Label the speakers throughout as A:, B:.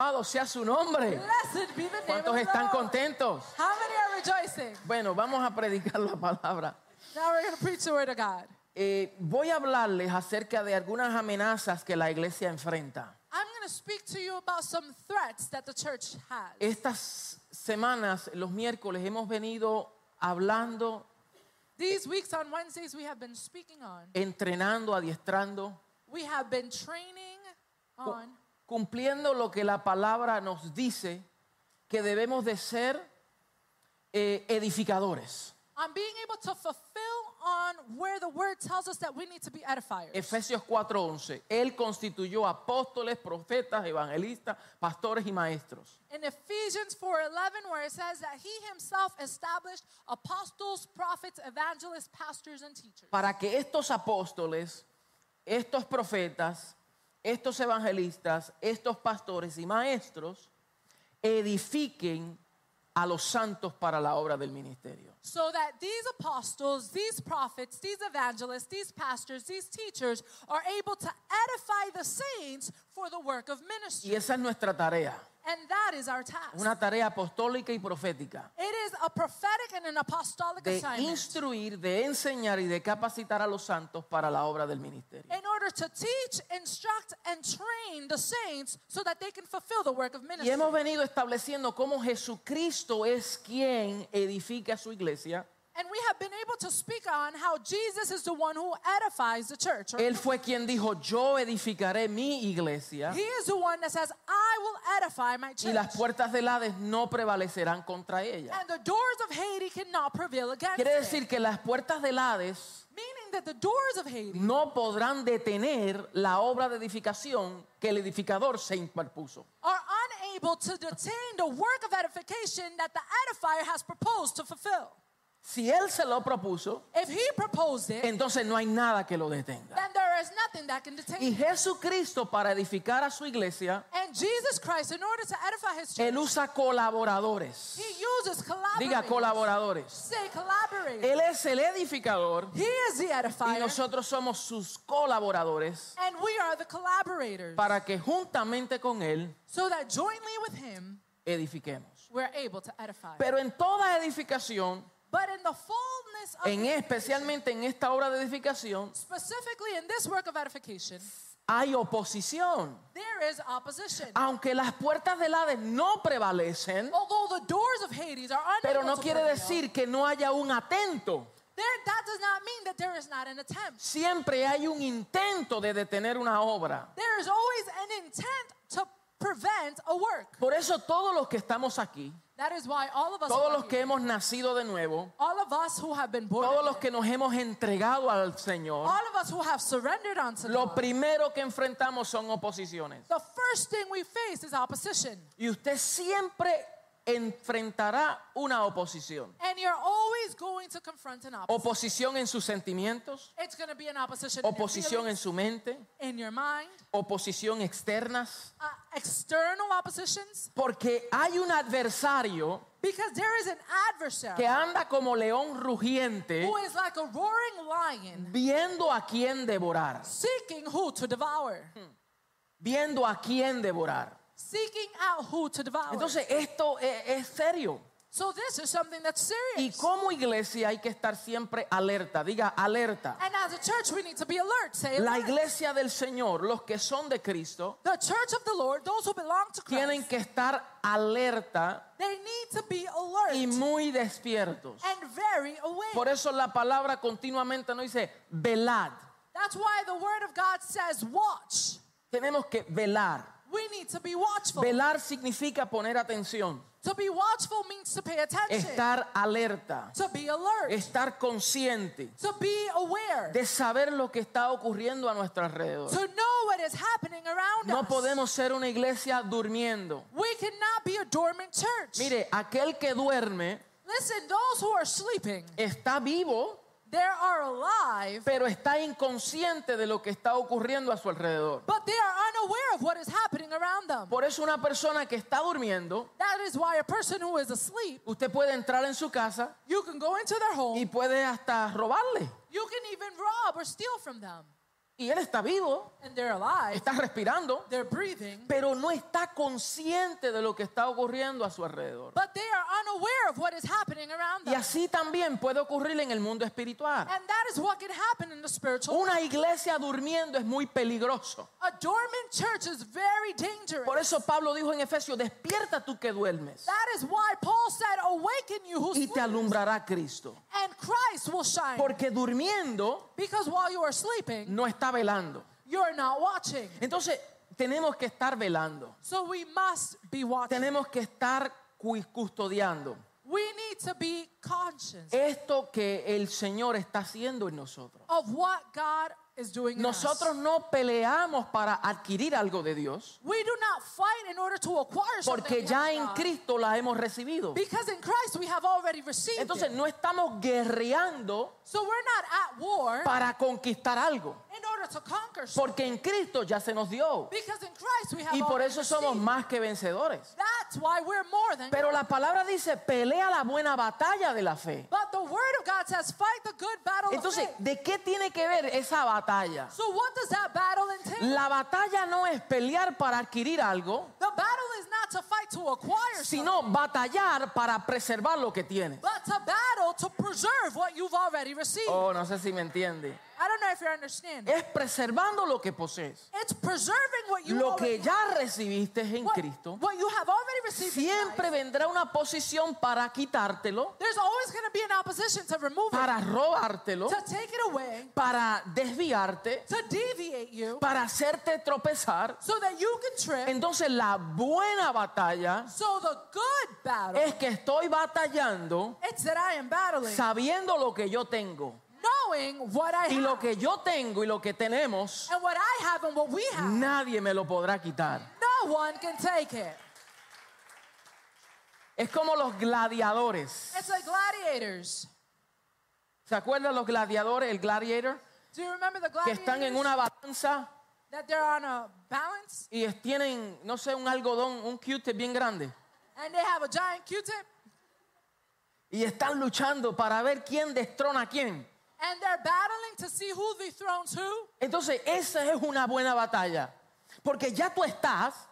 A: Alabado sea su nombre.
B: Blessed be the name of
A: ¿Cuántos
B: the
A: están
B: Lord.
A: contentos?
B: How many are rejoicing?
A: Bueno, vamos a predicar la palabra.
B: Now we're going to preach the word of God.
A: Eh, voy a hablarles acerca de algunas amenazas que la iglesia enfrenta.
B: I'm going to speak to you about some threats that the church has.
A: Estas semanas, los miércoles, hemos venido hablando,
B: These weeks on Wednesdays, we have been speaking on.
A: entrenando, adiestrando,
B: We have been training
A: cu-
B: on,
A: cumpliendo lo que la palabra nos dice que debemos de ser eh, edificadores.
B: on being able to fulfill on where the word tells us that we need to be edifiers.
A: Efesios 4:11, Él constituyó apóstoles, profetas, evangelistas, pastores y maestros.
B: in Ephesians 4:11 where it says that he himself established apostles, prophets, evangelists, pastors and teachers.
A: para que estos apóstoles, estos profetas, estos evangelistas, estos pastores y maestros edifiquen a los santos para la obra del ministerio.
B: So that these apostles, these prophets, these evangelists, these pastors, these teachers are able to edify the saints for the work of
A: Y
B: ministry.
A: esa es nuestra tarea,
B: And that is our task.
A: una tarea apostólica y profética,
B: It is a prophetic and an apostolic
A: de
B: assignment
A: instruir, de enseñar y de capacitar a los santos para la obra del ministerio.
B: in order to teach, instruct, and train the saints so that they can fulfill the work of
A: Y
B: ministry.
A: hemos venido estableciendo cómo Jesucristo es quien edifica su iglesia.
B: And we have been able to speak on how Jesus is the one who edifies the church. or-
A: Él fue quien dijo, yo edificaré mi iglesia.
B: He is the one that says, I will edify my
A: y
B: church.
A: las puertas del Hades no prevalecerán contra ella.
B: And the doors of Haiti cannot prevail against
A: Quiere
B: it.
A: decir que las puertas del Hades
B: Meaning that the doors of Haiti
A: no podrán detener la obra de edificación que el edificador se interpuso.
B: are unable to detain the work of edification that the edifier has proposed to fulfill.
A: Si él se lo propuso,
B: If he proposed it,
A: entonces no hay nada que lo detenga.
B: then there is nothing that can
A: Y
B: detain it.
A: Jesucristo para edificar a su iglesia,
B: And Jesus Christ, in order to edify his church,
A: él usa colaboradores.
B: he uses
A: Diga colaboradores.
B: collaborators. Say collaborate.
A: Él es el edificador
B: He is the
A: y
B: edifier,
A: nosotros somos sus colaboradores
B: and we are the collaborators.
A: para que juntamente con él
B: So that jointly with him,
A: edifiquemos.
B: we're able to edify.
A: Pero en toda edificación,
B: But in the fullness of
A: en especialmente en esta obra de edificación,
B: specifically in this work of edification,
A: hay oposición.
B: there is opposition.
A: Aunque las puertas del Hades Oh, no prevalecen,
B: Although the doors of Hades are
A: pero
B: unable
A: no
B: to
A: quiere
B: prevail,
A: decir que no haya un atento.
B: there, that does not mean that there is not an attempt.
A: Siempre hay un intento de detener una obra.
B: There is always an intent to prevent a work.
A: Por eso todos los que estamos aquí,
B: That is why all of us,
A: todos
B: who are
A: los que
B: here,
A: hemos nacido de nuevo,
B: all of us who have been born,
A: todos los
B: again,
A: que nos hemos entregado al Señor,
B: all of us who have surrendered unto
A: lo
B: God,
A: primero que enfrentamos son oposiciones.
B: the first thing we face is opposition.
A: Y usted siempre enfrentará una oposición.
B: And you're always going to confront an opposition.
A: Oposición en sus sentimientos,
B: It's going to be an opposition in your
A: oposición en su mente,
B: in your mind,
A: oposición externas,
B: uh, external oppositions,
A: porque hay un adversario
B: because there is an adversary
A: que anda como león rugiente
B: who is like a roaring lion
A: viendo a quién devorar,
B: seeking who to devour,
A: viendo a quién devorar.
B: seeking out who to devour.
A: Entonces esto e- es, serio.
B: so this is something that's
A: Y
B: serious.
A: como iglesia hay que estar siempre alerta, diga alerta.
B: and as a church, we need to be alert. Say,
A: La
B: alert.
A: iglesia del Señor, los que son de Cristo,
B: the church of the Lord, those who belong to Christ,
A: tienen que estar alerta
B: they need to be alert
A: y muy despiertos.
B: and very aware.
A: Por eso la palabra continuamente no dice velad.
B: that's why the word of God says, watch.
A: Tenemos que velar.
B: We need to be watchful.
A: Velar significa poner atención,
B: to be watchful means to pay attention,
A: estar alerta,
B: to be alert.
A: estar consciente
B: to be aware,
A: de saber lo que está ocurriendo a nuestro alrededor.
B: to know what is happening around
A: No
B: us.
A: podemos ser una iglesia durmiendo.
B: we cannot be a dormant church.
A: Mire, aquel que duerme
B: Listen, those who are sleeping,
A: está vivo,
B: they are alive,
A: pero está inconsciente de lo que está ocurriendo a su alrededor.
B: but they are unaware of what is happening around them.
A: Por eso una persona que está durmiendo,
B: That is why a person who is asleep,
A: usted puede entrar en su casa
B: you can go into their home,
A: y puede hasta robarle.
B: you can even rob or steal from them.
A: Y él está vivo,
B: and they're alive,
A: está respirando,
B: they're breathing,
A: pero no está consciente de lo que está ocurriendo a su alrededor.
B: but they are unaware of what is happening around
A: Y
B: them.
A: así también puede ocurrir en el mundo espiritual.
B: And that is what can happen in the spiritual. world.
A: Una iglesia durmiendo es muy peligroso.
B: A dormant church is very dangerous.
A: Por eso Pablo dijo en Efesios, despierta tú que duermes
B: That is why Paul said, Awaken you who
A: y te
B: sleep,
A: alumbrará Cristo.
B: and Christ will shine.
A: Porque durmiendo
B: because while you are sleeping,
A: no está velando.
B: you're not watching.
A: Entonces tenemos que estar velando,
B: So we must be watching.
A: tenemos que estar cu- custodiando
B: We need to be conscious
A: esto que el Señor está haciendo en nosotros.
B: of what God is doing in us.
A: Nosotros no peleamos para adquirir algo de Dios
B: We do not fight in order to acquire something
A: porque
B: we
A: ya
B: have
A: en
B: not.
A: Cristo la hemos recibido.
B: Because in Christ we have already received
A: Entonces
B: it.
A: no estamos guerreando
B: So we're not at war
A: para conquistar algo
B: in order to conquer something.
A: porque en Cristo ya se nos dio
B: Because in Christ we have
A: y por
B: already
A: eso somos
B: received.
A: más que vencedores.
B: That's why we're more than
A: Pero la palabra dice, pelea la buena batalla de la fe.
B: But the word of God says, fight the good battle
A: Entonces,
B: of faith.
A: ¿de qué tiene que ver esa batalla?
B: So what does that battle entail?
A: La batalla no es pelear para adquirir algo,
B: The battle is not to fight to acquire something,
A: sino batallar para preservar lo que tienes.
B: but to battle to preserve what you've already received.
A: Oh, no sé si me entiende.
B: I don't know if you're understanding.
A: Es preservando lo que posees.
B: It's preserving what you
A: Lo
B: already
A: que ya recibiste en
B: what,
A: Cristo.
B: what you have already received. in
A: Siempre
B: Christ.
A: vendrá una posición para quitártelo,
B: There's always going to be an opposition to remove
A: para robártelo,
B: it, to take it away,
A: para desviarte,
B: to deviate you,
A: para hacerte tropezar.
B: so that you can trip.
A: Entonces la buena batalla
B: so the good battle,
A: es que estoy batallando
B: it's that I am battling,
A: sabiendo lo que yo tengo.
B: knowing what I
A: Y
B: have.
A: lo que yo tengo y lo que tenemos,
B: And what I have and what we have,
A: nadie me lo podrá quitar.
B: no one can take it.
A: Es como los gladiadores.
B: It's like gladiators.
A: ¿Se acuerdan los gladiadores, el gladiator?
B: Do you remember the
A: Que
B: gladiators?
A: están en una balanza
B: That they're on a balance
A: y es- tienen, no sé, un algodón, un q bien grande.
B: and they have a giant Q-tip
A: Y están luchando para ver quién destrona a quién.
B: and they're battling to see who dethrones who.
A: Entonces, esa es una buena batalla. Porque ya tú estás,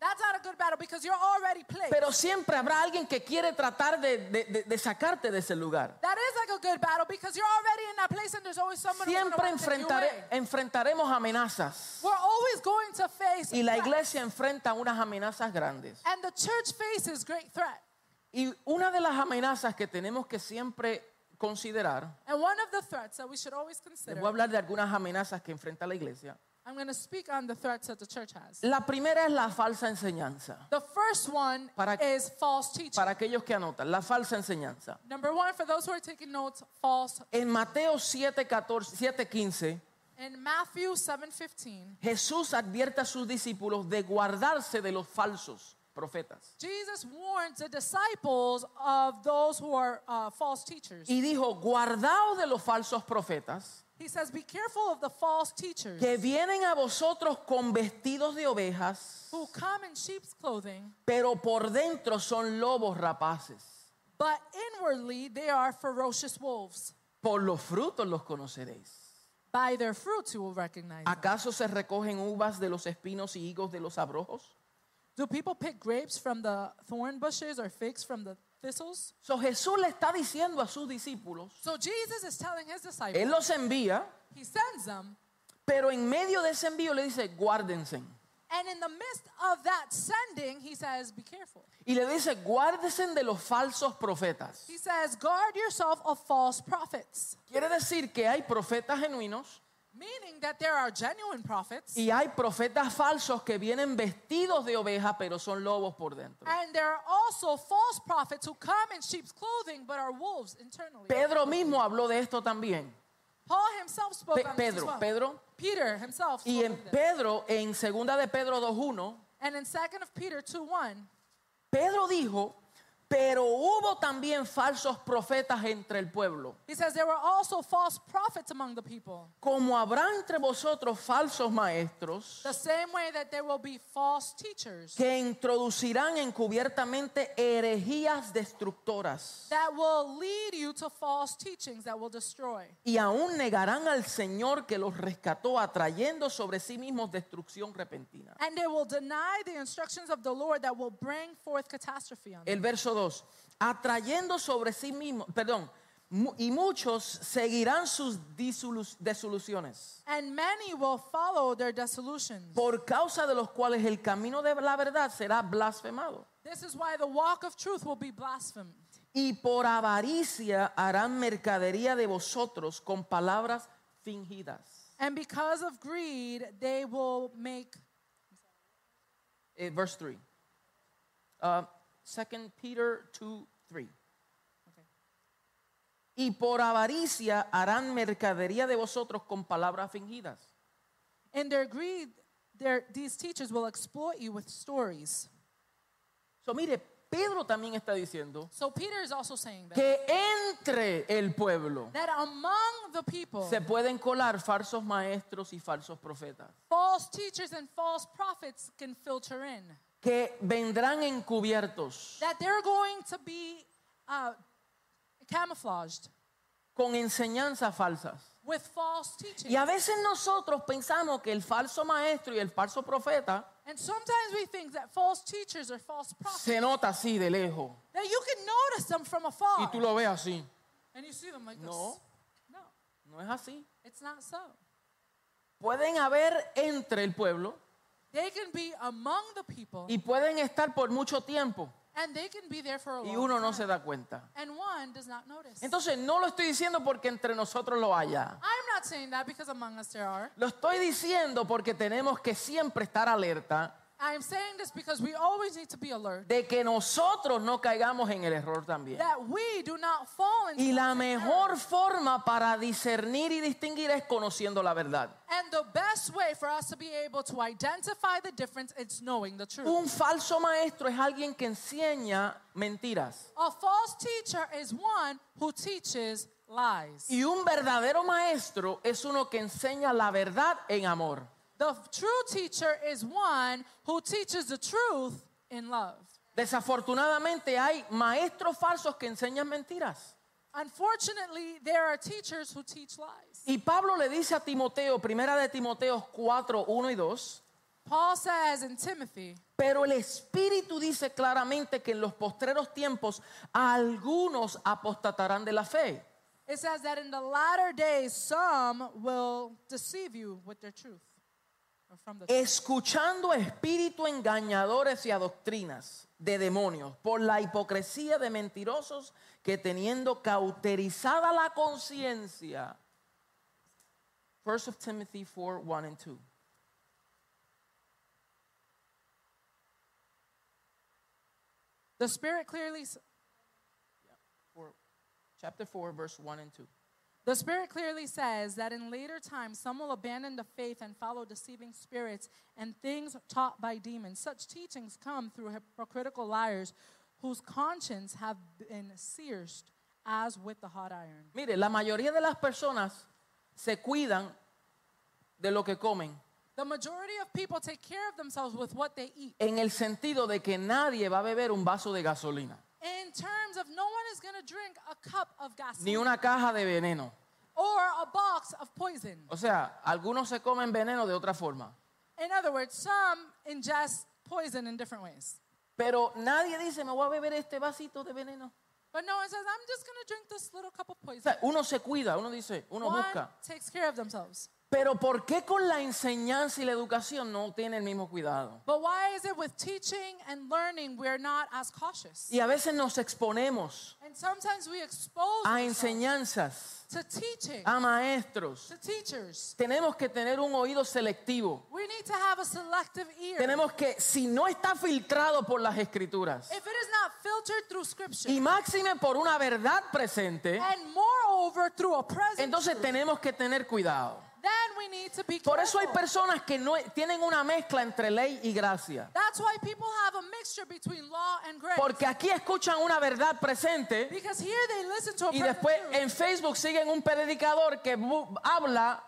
B: That's not a good battle because you're already placed.
A: pero siempre habrá alguien que quiere tratar de- de- de- de sacarte de ese lugar.
B: that is like a good battle because you're already in that place and there's always someone who's gonna
A: Siempre
B: wanna take you
A: enfrentare-
B: away.
A: enfrentaremos amenazas.
B: We're always going to face
A: Y la
B: threats.
A: iglesia enfrenta unas amenazas grandes.
B: and the church faces great threat.
A: Y una de las amenazas que tenemos que siempre considerar,
B: And one of the threats that we should always
A: les
B: consider,
A: voy a hablar de algunas amenazas que enfrenta la iglesia.
B: I'm going to speak on the threats that the church has.
A: La primera es la falsa enseñanza.
B: The first one
A: Para-
B: is false teaching.
A: Para aquellos que anotan, la falsa enseñanza.
B: Number one, for those who are taking notes, false.
A: En Mateo 7, 14, 7, 15,
B: In Matthew 7:15,
A: Jesús advierte a sus discípulos de guardarse de los falsos profetas.
B: Jesus warns the disciples of those who are uh, false teachers.
A: Y dijo, guardaos de los falsos profetas
B: He says, "Be careful of the false teachers
A: que vienen a vosotros con vestidos de ovejas,
B: who come in sheep's clothing,
A: pero por dentro son lobos rapaces.
B: but inwardly they are ferocious wolves.
A: Por los frutos los conoceréis.
B: By their fruits you will recognize them."
A: ¿Acaso se recogen uvas de los espinos y higos de los abrojos?
B: Do people pick grapes from the thorn bushes or figs from the thistles?
A: So Jesús le está diciendo a sus discípulos,
B: So Jesus is telling his disciples,
A: él los envía,
B: he sends them,
A: pero en medio de ese envío le dice, guárdense.
B: and in the midst of that sending, he says, "Be careful."
A: Y le dice, guárdense de los falsos profetas.
B: He says, guard yourself of false prophets,
A: Quiere decir que hay profetas genuinos
B: meaning that there are genuine prophets
A: y hay profetas falsos que vienen vestidos de oveja, pero son lobos por dentro.
B: and there are also false prophets who come in sheep's clothing but are wolves internally.
A: Pedro mismo habló de esto también.
B: Paul himself spoke
A: Pe-
B: on this as
A: Pedro,
B: well.
A: Pedro.
B: Peter himself spoke
A: Y en
B: on this.
A: Pedro, en segunda de Pedro 2.1,
B: and in 2nd of Peter 2:1,
A: Pedro dijo, Pero hubo también falsos profetas entre el pueblo.
B: He says there were also false prophets among the people.
A: Como habrá entre vosotros falsos maestros
B: The same way that there will be false teachers
A: que introducirán encubiertamente herejías destructoras
B: that will lead you to false teachings that will destroy.
A: y aún negarán al Señor que los rescató atrayendo sobre sí mismos destrucción repentina.
B: And they will deny the instructions of the Lord that will bring forth catastrophe on them.
A: El verso 2, atrayendo sobre sí mismos, perdón, mu- y muchos seguirán sus disolu- desoluciones,
B: And many will follow their dissolutions.
A: por causa de los cuales el camino de la verdad será blasfemado.
B: This is why the walk of truth will be blasphemed.
A: Y por avaricia harán mercadería de vosotros con palabras fingidas.
B: And because of greed, they will make
A: Eh, verse 3. 2 Peter 2, 3. Y por avaricia harán mercadería de vosotros con palabras fingidas.
B: in their greed, their, these teachers will exploit you with stories.
A: So, mire, Pedro también está diciendo
B: So Peter is also saying that,
A: que entre el pueblo
B: that among the people,
A: se pueden colar falsos maestros y falsos profetas
B: false teachers and false prophets can filter in.
A: que vendrán encubiertos
B: That they're going to be uh, camouflaged
A: con enseñanzas falsas.
B: with false teaching.
A: Y a veces nosotros pensamos que el falso maestro y el falso profeta
B: And sometimes we think that false teachers are false prophets.
A: se nota así de lejos
B: Now you can notice them from afar.
A: y tú lo ves así.
B: and you see them like this.
A: No.
B: No,
A: No es así.
B: it's not so.
A: Pueden haber entre el pueblo
B: They can be among the people
A: y pueden estar por mucho tiempo
B: and they can be there for a
A: y
B: long
A: uno no
B: time.
A: se da cuenta.
B: and one does not notice.
A: Entonces no lo estoy diciendo porque entre nosotros lo haya.
B: I'm not saying that because among us there are.
A: Lo estoy diciendo porque tenemos que siempre estar alerta
B: I'm saying this because we always need to be alert
A: de que nosotros no caigamos en el error también.
B: that we do not fall into
A: Y la
B: that error.
A: mejor forma para discernir y distinguir es conociendo la verdad.
B: And the best way for us to be able to identify the difference is knowing the truth.
A: Un falso maestro es alguien que enseña mentiras.
B: A false teacher is one who teaches lies.
A: Y un verdadero maestro es uno que enseña la verdad en amor.
B: The true teacher is one who teaches the truth in love.
A: Desafortunadamente hay maestros falsos que enseñan mentiras.
B: Unfortunately, there are teachers who teach lies.
A: Y Pablo le dice a Timoteo, primera de Timoteo 4, 1 y 2,
B: Paul says in Timothy,
A: pero el Espíritu dice claramente que en los postreros tiempos algunos apostatarán de la fe,
B: it says that in the latter days some will deceive you with their truth. Or from the truth.
A: escuchando espíritus engañadores y a doctrinas de demonios por la hipocresía de mentirosos que teniendo cauterizada la conciencia. 1 of Timothy 4, 1 and 2.
B: The Spirit clearly s-
A: Four- chapter 4, verse 1 and 2.
B: the Spirit clearly says that in later times some will abandon the faith and follow deceiving spirits and things taught by demons. Such teachings come through hypocritical liars whose conscience have been seared as with the hot iron.
A: Mire, la mayoría de las personas se cuidan de lo que comen
B: The majority of people take care of themselves with what they eat
A: en el sentido de que nadie va a beber un vaso de gasolina,
B: in terms of no one is going to drink a cup of
A: ni
B: gasoline
A: una caja de veneno.
B: or a box of poison.
A: O sea, algunos se comen veneno de otra forma,
B: In other words, some ingest poison in different ways.
A: pero nadie dice, me voy a beber este vasito de veneno.
B: But no one says, I'm just going to drink this little cup of
A: O
B: poison.
A: sea, uno se cuida, uno dice, uno
B: One
A: busca.
B: takes care of themselves.
A: Pero ¿por qué con la enseñanza y la educación no tiene el mismo cuidado?
B: But why is it with teaching and learning we're not as cautious?
A: Y a veces nos exponemos
B: And sometimes we expose
A: a
B: ourselves
A: enseñanzas,
B: to teaching,
A: a maestros.
B: to teachers.
A: Tenemos que tener un oído selectivo.
B: We need to have a selective ear.
A: Tenemos que, si no está filtrado por las escrituras,
B: If it is not filtered through scripture,
A: y máxime por una verdad presente,
B: and moreover through a present
A: entonces
B: truth,
A: tenemos que tener cuidado.
B: then we need to be
A: Por eso hay
B: careful.
A: personas que no e, tienen una mezcla entre ley y gracia.
B: That's why people have a mixture between law and grace.
A: Porque aquí escuchan una verdad presente
B: because here they listen to a
A: y
B: perfect
A: después
B: truth.
A: en Facebook siguen un predicador que bu- habla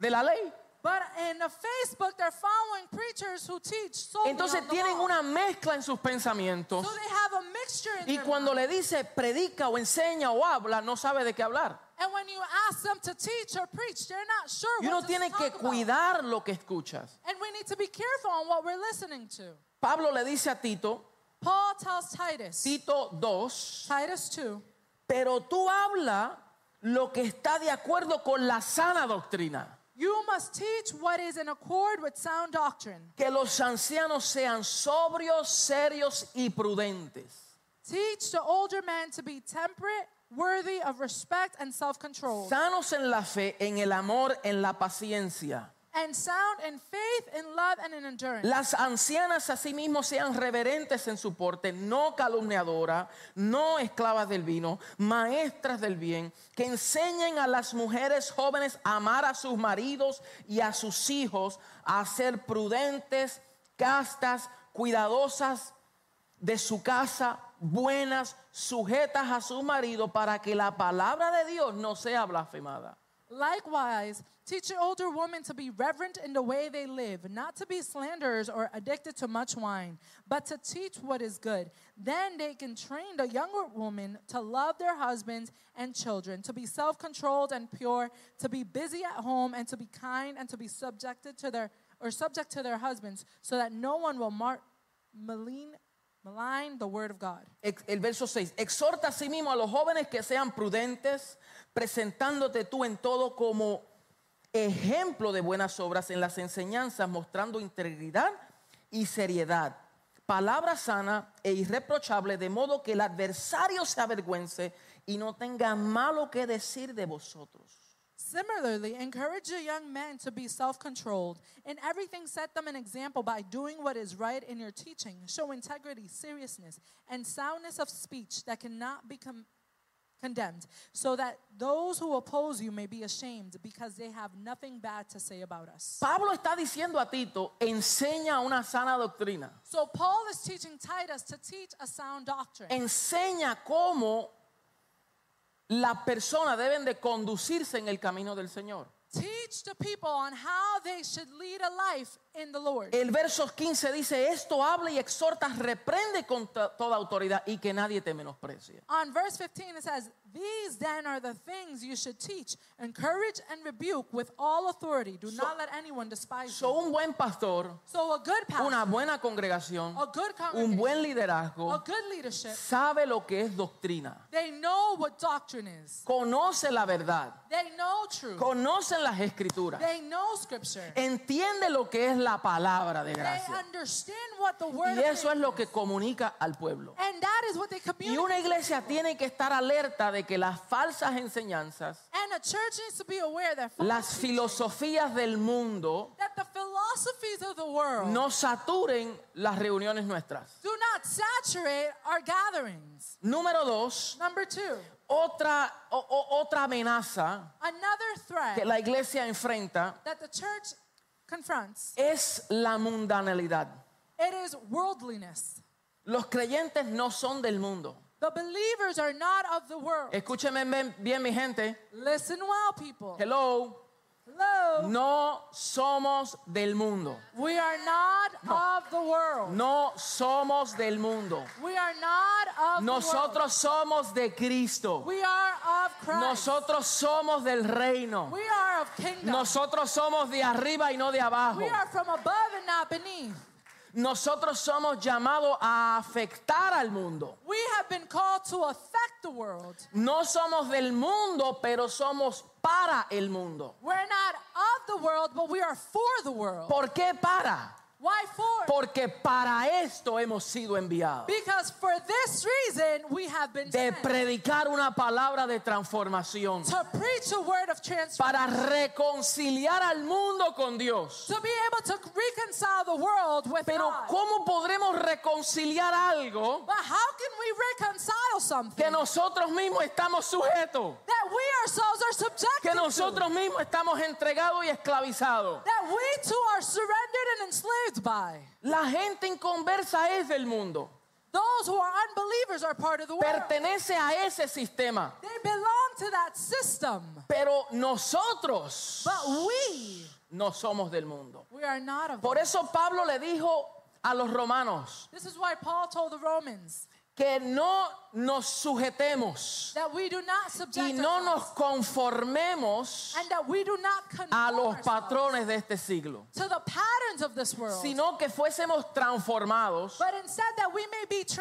A: de la ley.
B: But in the Facebook, they're following preachers who teach solely
A: Entonces
B: on the
A: tienen
B: law.
A: una mezcla en sus
B: So
A: pensamientos
B: they have a mixture in
A: y
B: their
A: cuando
B: mind.
A: le dice predica o enseña o habla, no sabe de qué hablar.
B: And when you ask them to teach or preach, they're not sure
A: Y
B: what
A: uno
B: to
A: tiene
B: talk
A: que
B: about.
A: cuidar lo que escuchas.
B: And we need to be careful on what we're listening to.
A: Pablo le dice a Tito,
B: Paul tells Titus,
A: Tito 2,
B: Titus 2,
A: pero tú habla lo que está de acuerdo con la sana doctrina.
B: you must teach what is in accord with sound doctrine.
A: Que los ancianos sean sobrios, serios y prudentes.
B: Teach the older man to be temperate, worthy of respect and self control,
A: Sanos en la fe, en el amor, en la paciencia.
B: and sound in faith, in love, and in endurance.
A: Las ancianas asimismo sean reverentes en su porte, no calumniadoras, no esclavas del vino, maestras del bien, que enseñen a las mujeres jóvenes a amar a sus maridos y a sus hijos, a ser prudentes, castas, cuidadosas de su casa, buenas, sujetas a su marido, para que la palabra de Dios no sea blasfemada.
B: Likewise, teach your older women to be reverent in the way they live, not to be slanderers or addicted to much wine, but to teach what is good. Then they can train the younger women to love their husbands and children, to be self controlled and pure, to be busy at home, and to be kind and to be subjected to their or subject to their husbands, so that no one will mar- malign, malign the word of God.
A: Ex- El verso 6, exhorta a sí mismo a los jóvenes que sean prudentes, presentándote tú en todo como ejemplo de buenas obras en las enseñanzas, mostrando integridad y seriedad, palabra sana e irreprochable, de modo que el adversario se avergüence y no tenga malo que decir de vosotros.
B: Similarly, encourage your young men to be self controlled. In everything, set them an example by doing what is right in your teaching. Show integrity, seriousness, and soundness of speech that cannot be com- condemned, so that those who oppose you may be ashamed because they have nothing bad to say about us.
A: Pablo está diciendo a Tito, enseña una sana doctrina.
B: So, Paul is teaching Titus to teach a sound doctrine.
A: enseña cómo las personas deben de conducirse en el camino del Señor.
B: Teach the people on how they should lead a life in the Lord.
A: El verso 15 dice, esto habla y exhorta, reprende con to- toda autoridad y que nadie te menosprecie.
B: On verse 15, it says, These then are the things you should teach. Encourage and rebuke with all authority. Do not let anyone despise
A: So,
B: you.
A: un buen pastor,
B: So, a good pastor,
A: una buena congregación,
B: a good
A: un
B: congregation,
A: buen
B: a
A: liderazgo,
B: good leadership,
A: sabe lo que es doctrina,
B: they know what doctrine is.
A: conoce la verdad,
B: They know truth.
A: conoce las escrituras,
B: They know scripture.
A: Eh, entiende lo que es la palabra de
B: They
A: gracia.
B: understand what the word
A: Y eso
B: of
A: es lo
B: God
A: que comunica al pueblo.
B: And that is what they
A: Y
B: communicate.
A: una iglesia tiene que estar alerta de que las falsas enseñanzas,
B: and a church needs to be aware that,
A: las filosofías del mundo
B: that the philosophies of the world
A: no saturen las reuniones nuestras.
B: do not saturate our gatherings.
A: Número dos,
B: Number two.
A: otra, o- o- otra amenaza
B: Another
A: que
B: threat
A: la iglesia enfrenta
B: that the church confronts
A: es la mundanalidad.
B: it is worldliness.
A: Los creyentes no son del mundo.
B: The believers are not of the world.
A: Escúcheme ben- bien mi gente.
B: Listen well, people.
A: Hello,
B: Hello.
A: no somos del mundo.
B: We are not of the world.
A: No somos del mundo.
B: We are not of the world.
A: Nosotros somos de Cristo.
B: We are of Christ.
A: Nosotros somos del reino.
B: We are of kingdom.
A: Nosotros somos de arriba y no de abajo.
B: we are from above and not beneath.
A: Nosotros somos llamados a afectar al mundo.
B: We have been called to affect the world.
A: No somos del mundo, pero somos para el mundo.
B: We're not of the world, but we are for the world.
A: ¿Por qué para?
B: Why for?
A: Porque para esto hemos sido enviados.
B: Because for this reason we have been
A: De
B: sent to
A: predicar una palabra de transformación.
B: preach a word of transformation,
A: Para reconciliar al mundo con Dios.
B: to be able to reconcile the world with
A: Pero
B: God.
A: ¿cómo podremos reconciliar algo
B: But how can we reconcile something
A: que nosotros mismos estamos sujetos?
B: that we ourselves are subjected
A: Que
B: to?
A: nosotros mismos estamos entregados y esclavizados.
B: That we too are surrendered and enslaved by.
A: La gente inconversa es del mundo.
B: Those who are unbelievers are part of the world.
A: Pertenece a ese sistema.
B: They belong to that system.
A: Pero nosotros
B: But we,
A: no somos del mundo.
B: we are not of
A: Por
B: it.
A: eso Pablo le dijo a los romanos
B: This is why Paul told the Romans
A: que no nos sujetemos
B: that we do not subject
A: y no nos
B: ourselves
A: conformemos
B: and that we do not conform
A: a los
B: ourselves
A: patrones de este siglo,
B: to the patterns of this world,
A: sino que fuésemos transformados
B: but instead that we may be
A: por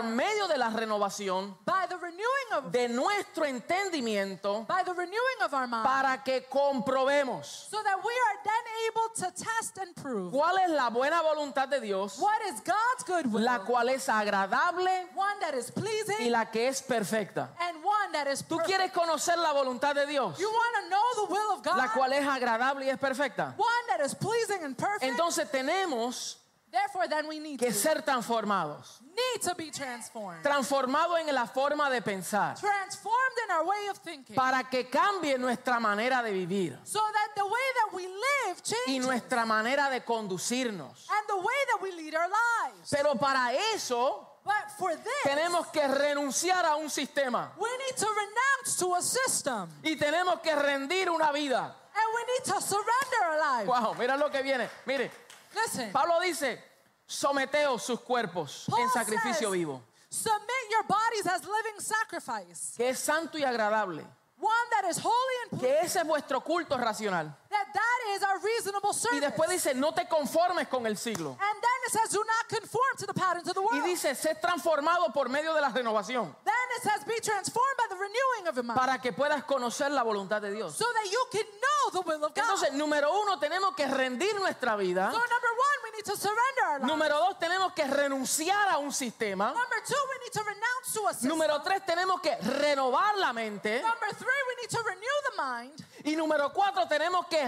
B: transformed
A: medio de la renovación
B: by the renewing of
A: de nuestro entendimiento
B: by the renewing of our mind,
A: para que comprobemos
B: so that we are then able to test and prove
A: cuál es la buena voluntad de Dios,
B: what is God's good will,
A: la cual es agradable
B: one that is
A: y
B: pleasing
A: la que es perfecta.
B: and one that is
A: Tú
B: perfect.
A: quieres conocer la voluntad de Dios,
B: You want to know the will of God,
A: la cual es agradable y es perfecta.
B: one that is pleasing and perfect.
A: Entonces tenemos
B: Therefore, then we need
A: que
B: to
A: ser transformados.
B: need to be transformed,
A: Transformados en la forma de pensar.
B: transformed in our way of thinking,
A: Para que cambie nuestra manera de vivir
B: so that the way that we live
A: y
B: changes
A: nuestra manera de conducirnos.
B: and the way that we lead our lives.
A: Pero para eso
B: But for this,
A: tenemos que renunciar a un sistema
B: we need to renounce to a system,
A: y tenemos que rendir una vida.
B: and we need to surrender our lives.
A: Wow, mira lo que viene. Mire,
B: Listen,
A: Pablo dice, someteos sus cuerpos en
B: Paul
A: sacrificio
B: says,
A: vivo,
B: Submit your bodies as living sacrifice,
A: que es santo y agradable,
B: one that is holy and pure,
A: que ese es vuestro culto racional.
B: that that is our reasonable
A: Y
B: service.
A: después dice, no te conformes con el siglo.
B: and then it says, do not conform to the patterns of the
A: Y
B: world.
A: dice, sé transformado por medio de la renovación
B: Then it says, be transformed by the renewing of your mind,
A: para que puedas conocer la voluntad de Dios.
B: so that you can know the will of God.
A: Entonces, número uno, tenemos que rendir nuestra vida.
B: So number one, we need to surrender our life.
A: Número dos, tenemos que renunciar a un sistema.
B: Number two, we need to renounce to a system.
A: Número tres, tenemos que renovar la mente.
B: Number three, we need to renew the mind.
A: Y número cuatro, tenemos que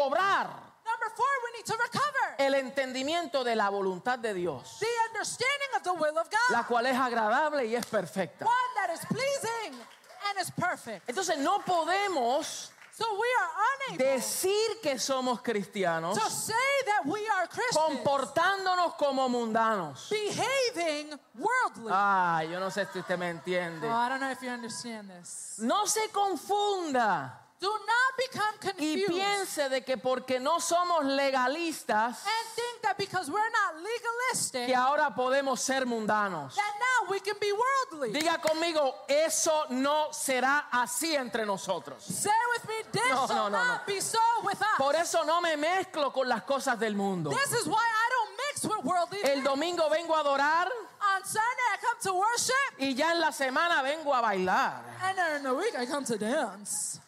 A: recobrar
B: Number four, we need to recover
A: el entendimiento de la voluntad de Dios,
B: the understanding of the will of God,
A: la cual es agradable y es perfecta.
B: one that is pleasing and is perfect.
A: Entonces, no podemos
B: So we are unable
A: decir que somos cristianos
B: to say that we are Christians,
A: comportándonos como mundanos.
B: behaving worldly.
A: Ah, yo no sé si usted me entiende.
B: oh, I don't know if you understand this.
A: No se confunda
B: Do not become
A: y
B: confused
A: piense de que porque no somos legalistas,
B: and think that because we're not legalistic,
A: que ahora podemos ser mundanos.
B: that now we can be worldly.
A: Diga conmigo, eso no será así entre nosotros.
B: Say with me, this
A: No,
B: shall
A: no, no,
B: not be so with us.
A: Por eso no me mezclo con las cosas del mundo.
B: This is why I don't mix with worldly.
A: El domingo vengo a adorar
B: On Sunday I come to worship,
A: y ya en la semana vengo a bailar
B: and during the week I come to dance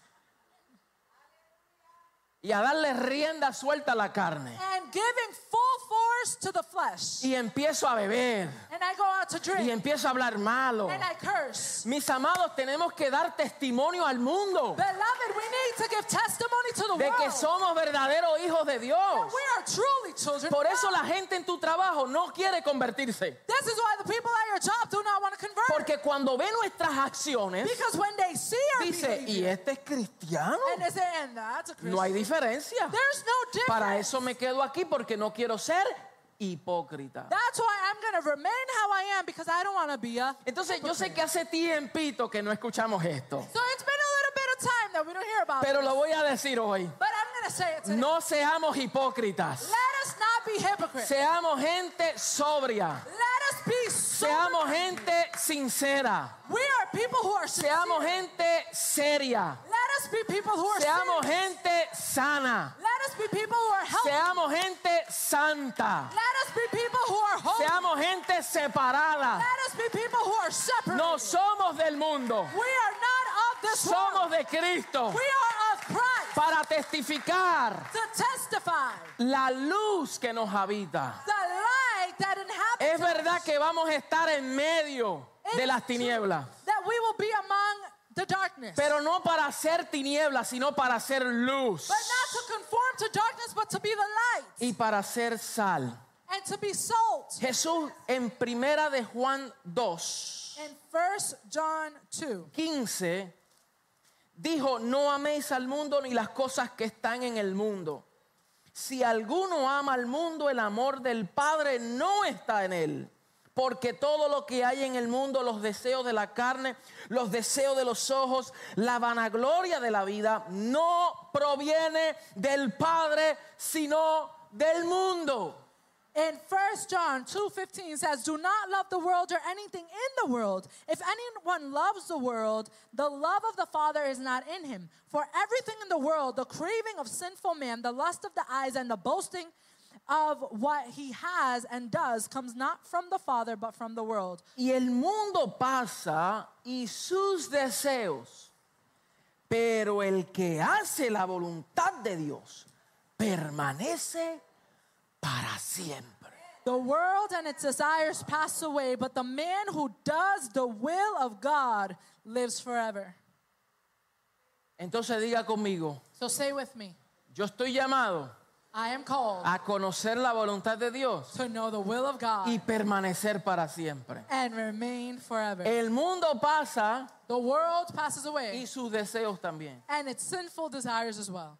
A: y a darle rienda suelta a la carne.
B: and giving full force to the flesh.
A: Y empiezo a beber
B: And I go out to
A: y
B: drink
A: empiezo a hablar malo.
B: and I curse.
A: Mis amados, tenemos que dar testimonio al mundo
B: Beloved, we need to give testimony to the
A: de que
B: world.
A: somos verdaderos hijos de Dios.
B: We are truly children.
A: Por
B: of
A: eso
B: God.
A: la gente en tu trabajo no quiere convertirse.
B: This is why the people at your job do not want to convert.
A: Porque cuando ve nuestras acciones,
B: Because when they see our
A: dice, ¿y
B: behavior,
A: este es cristiano?
B: and they say, and that's a Christian.
A: No hay diferencia.
B: There's no difference.
A: Para eso me quedo aquí porque no quiero ser hipócrita.
B: That's why I'm going to remain how I am because I don't want to be a.
A: Entonces yo sé que hace tiempito que no escuchamos esto,
B: So it's been a little bit of time that we don't hear about
A: pero
B: this.
A: lo voy a decir hoy.
B: But I'm going to say it today.
A: No seamos hipócritas.
B: Let us not be hypocrites.
A: Seamos gente sobria.
B: Let us be sober.
A: Seamos gente sincera.
B: We are people who are sincere.
A: Seamos gente seria.
B: Let us be people who are
A: Seamos
B: serious.
A: gente sana.
B: Let us be people who are healthy.
A: Seamos gente santa.
B: Let us be people who are holy.
A: Seamos gente separada.
B: Let us be people who are separated.
A: No somos del mundo.
B: we are not of this
A: Somos
B: world.
A: de Cristo.
B: We are of Christ.
A: para testificar
B: to testify
A: la luz que nos habita.
B: the light that inhabits
A: Es verdad
B: us,
A: que vamos a estar en medio
B: It
A: de
B: is
A: las
B: true
A: tinieblas,
B: that we will be among the darkness.
A: pero no para hacer tinieblas, sino para hacer luz
B: but not to conform to darkness, but to be the light
A: y para hacer sal.
B: and to be salt.
A: Jesús en primera de Juan 2,
B: In 1 John 2,
A: 15 dijo, no améis al mundo ni las cosas que están en el mundo. Si alguno ama al mundo, el amor del Padre no está en él. Porque todo lo que hay en el mundo, los deseos de la carne, los deseos de los ojos, la vanagloria de la vida, no proviene del Padre, sino del mundo.
B: in 1 John 2:15 says, "Do not love the world or anything in the world. If anyone loves the world, the love of the Father is not in him. For everything in the world, the craving of sinful man, the lust of the eyes and the boasting of what he has and does comes not from the Father but from the world."
A: Y el mundo pasa y sus deseos, pero el que hace la voluntad de Dios permanece para siempre.
B: The world and its desires pass away, but the man who does the will of God lives forever.
A: Entonces diga conmigo,
B: So say with me,
A: yo estoy llamado
B: I am called
A: a conocer la voluntad de Dios
B: to know the will of God
A: y permanecer para siempre.
B: and remain forever.
A: El mundo pasa
B: The world passes
A: y
B: away
A: sus deseos también.
B: and its sinful desires as well.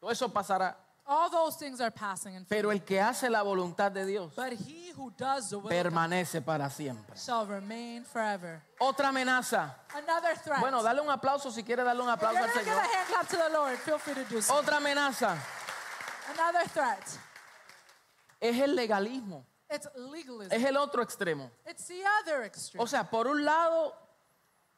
A: Todo eso pasará.
B: All those things are passing and
A: Pero el que hace la voluntad de Dios
B: but he who does the will of God
A: permanece para siempre.
B: shall remain forever.
A: Otra amenaza.
B: Another threat.
A: Bueno, dale un aplauso si quiere darle un
B: If
A: aplauso
B: you're
A: al
B: gonna give
A: Señor.
B: a hand clap to the Lord. Feel free to do so.
A: Otra amenaza Oh.
B: Another threat.
A: es el legalismo,
B: It's legalism.
A: es el otro extremo.
B: It's the other extreme.
A: O sea, por un lado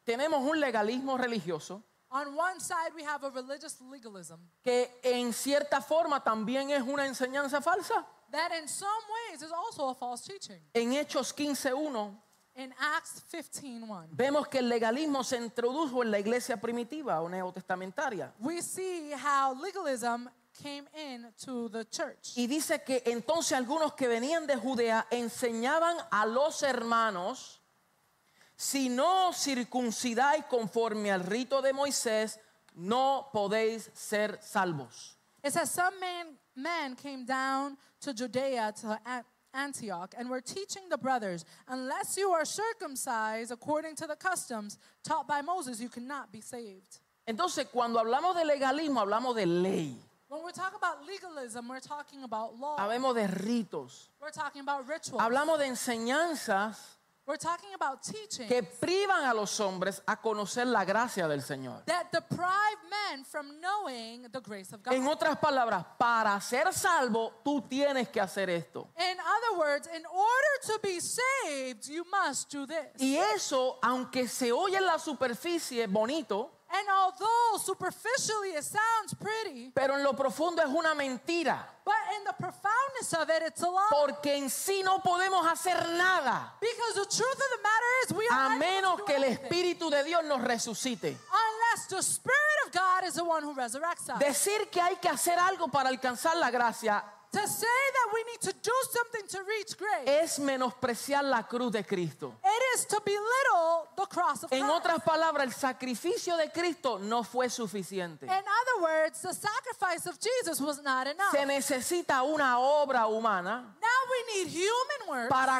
A: tenemos un legalismo religioso
B: On one side, we have a religious legalism
A: que en cierta forma también es una enseñanza falsa.
B: that, in some ways, is also a false teaching.
A: En Hechos 15.1
B: In Acts 15:1,
A: vemos que el legalismo se introdujo en la iglesia primitiva o neotestamentaria.
B: we see how legalism came in to the church.
A: Y dice que entonces algunos que venían de Judea enseñaban a los hermanos, si no os circuncidáis conforme al rito de Moisés, no podéis ser salvos.
B: It says some man, men came down to Judea to An- Antioch and were teaching the brothers, unless you are circumcised according to the customs taught by Moses, you cannot be saved.
A: Entonces, cuando hablamos de legalismo, hablamos de ley,
B: When we talk about legalism, we're talking about law.
A: hablamos de ritos,
B: We're talking about ritual.
A: hablamos de enseñanzas
B: We're talking about teaching.
A: que privan a los hombres a conocer la gracia del Señor.
B: that deprive men from knowing the grace of God.
A: En otras palabras, para ser salvo, tú tienes que hacer esto.
B: In other words, in order to be saved, you must do this.
A: Y eso, aunque se oye en la superficie bonito,
B: And although superficially it sounds pretty,
A: pero en lo profundo es una mentira,
B: but in the profoundness of it, it's a lie.
A: porque en sí no podemos hacer nada
B: Because the truth of the matter is, we
A: a
B: are unable
A: menos
B: to do
A: que el
B: anything
A: Espíritu de Dios nos resucite.
B: unless the Spirit of God is the one who resurrects us.
A: Decir que hay que hacer algo para alcanzar la gracia
B: To say that we need to do something to reach grace,
A: es menospreciar la cruz de Cristo.
B: it is to belittle the cross of
A: Eh. En
B: Christ.
A: otras palabras, el sacrificio de Cristo no fue suficiente.
B: In other words, the sacrifice of Jesus was not enough.
A: Se necesita una obra humana
B: Now we need human works
A: para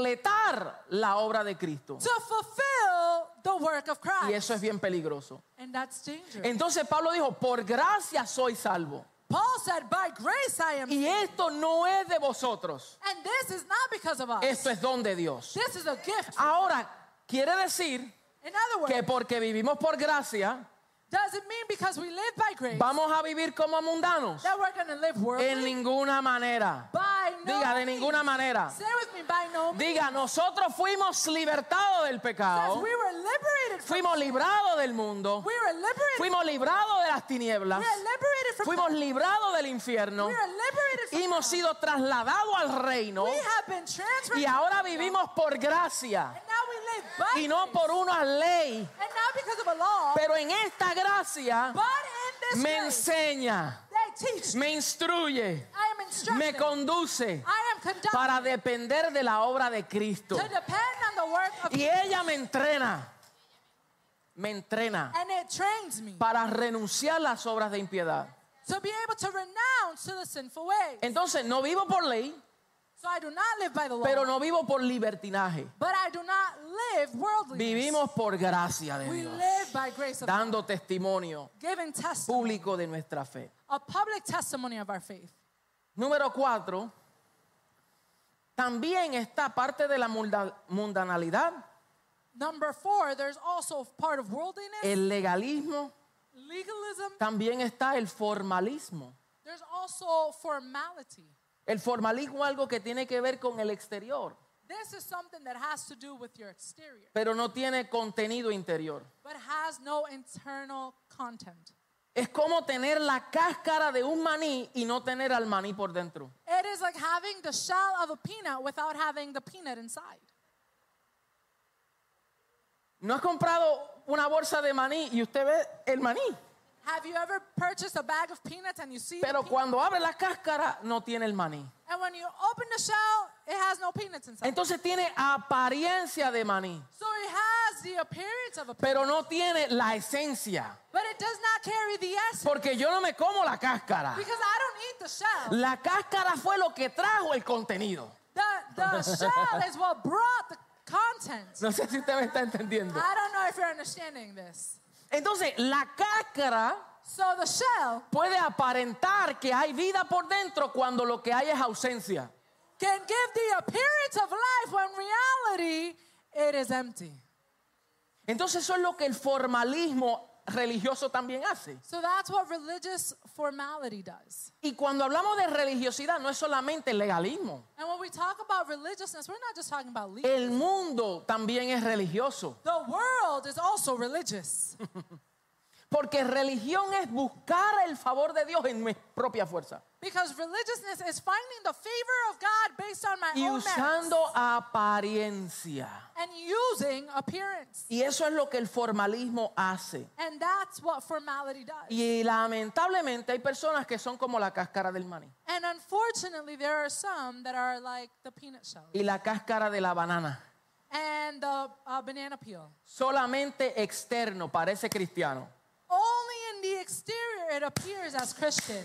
A: completar la obra de Cristo.
B: to fulfill the work of Christ.
A: Y eso es bien Eh. peligroso.
B: And that's dangerous.
A: Entonces Pablo dijo, por gracia soy salvo.
B: Paul said, By grace I am.
A: Y esto no es de vosotros,
B: and this is not because of us.
A: esto es don de Dios.
B: this is a gift.
A: Ahora, quiere decir
B: In other words,
A: que porque vivimos por gracia,
B: does it mean because we live by grace
A: vamos a vivir como mundanos.
B: that we're going to live
A: En
B: worldly?
A: ninguna manera.
B: By no
A: Diga, de
B: means.
A: ninguna manera.
B: Say with me, by no means.
A: Diga, nosotros fuimos libertados del
B: Says
A: pecado,
B: we were liberated from.
A: fuimos librados del mundo,
B: We were liberated.
A: fuimos librados de las
B: we
A: tinieblas,
B: are liberated from.
A: fuimos librados del infierno,
B: we are liberated from.
A: hemos sido trasladados al reino
B: we have been transferred.
A: y
B: to
A: ahora
B: God.
A: vivimos por gracia
B: And now we live by
A: y no
B: grace.
A: por una ley.
B: And not because of a law,
A: Pero en esta gracia
B: but in
A: me
B: ministers.
A: enseña,
B: They teach.
A: me instruye,
B: I am
A: me
B: instructed.
A: conduce
B: I am conducted
A: para depender de la obra de Cristo.
B: to depend on the work of
A: Y ella me entrena, me entrena
B: and it trains me
A: para renunciar a las obras de impiedad.
B: to be able to renounce to the sinful ways.
A: Entonces, no vivo por ley,
B: So I do not live by the law,
A: pero no vivo por libertinaje.
B: but I do not live worldly.
A: Vivimos por gracia de
B: We
A: Dios,
B: live by grace of God,
A: dando testimonio
B: giving testimony,
A: público de nuestra fe.
B: a public testimony of our faith.
A: Número cuatro, también está parte de la munda- mundanalidad,
B: Number four, there's also part of worldliness,
A: el legalismo,
B: legalism.
A: también está el formalismo.
B: There's also formality.
A: El formalismo es algo que tiene que ver con el exterior,
B: This is something that has to do with your exterior,
A: pero no tiene contenido interior.
B: but has no internal content.
A: Es como tener la cáscara de un maní y no tener al maní por dentro.
B: It is like having the shell of a peanut without having the peanut inside.
A: ¿No has comprado una bolsa de maní y usted ve el maní?
B: Have you ever purchased a bag of peanuts and you see the
A: Pero
B: peanut?
A: cuando abre la cáscara no tiene el maní.
B: and when you open the shell, it has no peanuts inside.
A: Entonces tiene apariencia de maní,
B: So it has the appearance of a peanut,
A: pero no tiene la esencia.
B: but it does not carry the essence
A: Porque yo no me como la cáscara.
B: because I don't eat the shell.
A: La cáscara fue lo que trajo el contenido.
B: The, the shell is what brought the content.
A: No sé si usted me está entendiendo.
B: I don't know if you're understanding this.
A: Entonces, la cáscara
B: So the shell
A: puede aparentar que hay vida por dentro cuando lo que hay es ausencia.
B: can give the appearance of life when reality it is empty.
A: Entonces eso es lo que el formalismo religioso también hace.
B: So that's what religious formality does.
A: Y cuando hablamos de religiosidad no es solamente el legalismo.
B: And when we talk about religiousness, we're not just talking about legal.
A: El mundo también es religioso.
B: The world is also religious
A: Porque religión es buscar el favor de Dios en mi propia fuerza.
B: because religiousness is finding the favor of God based on my
A: Y
B: own merits
A: usando apariencia.
B: and using appearance.
A: Y eso es lo que el formalismo hace.
B: And that's what formality does.
A: Y lamentablemente hay personas que son como la cáscara del maní
B: And unfortunately, there are some that are like the peanut shell
A: y la cáscara de la banana.
B: and the uh, banana peel.
A: Solamente externo parece cristiano.
B: Only in the exterior it appears as Christian.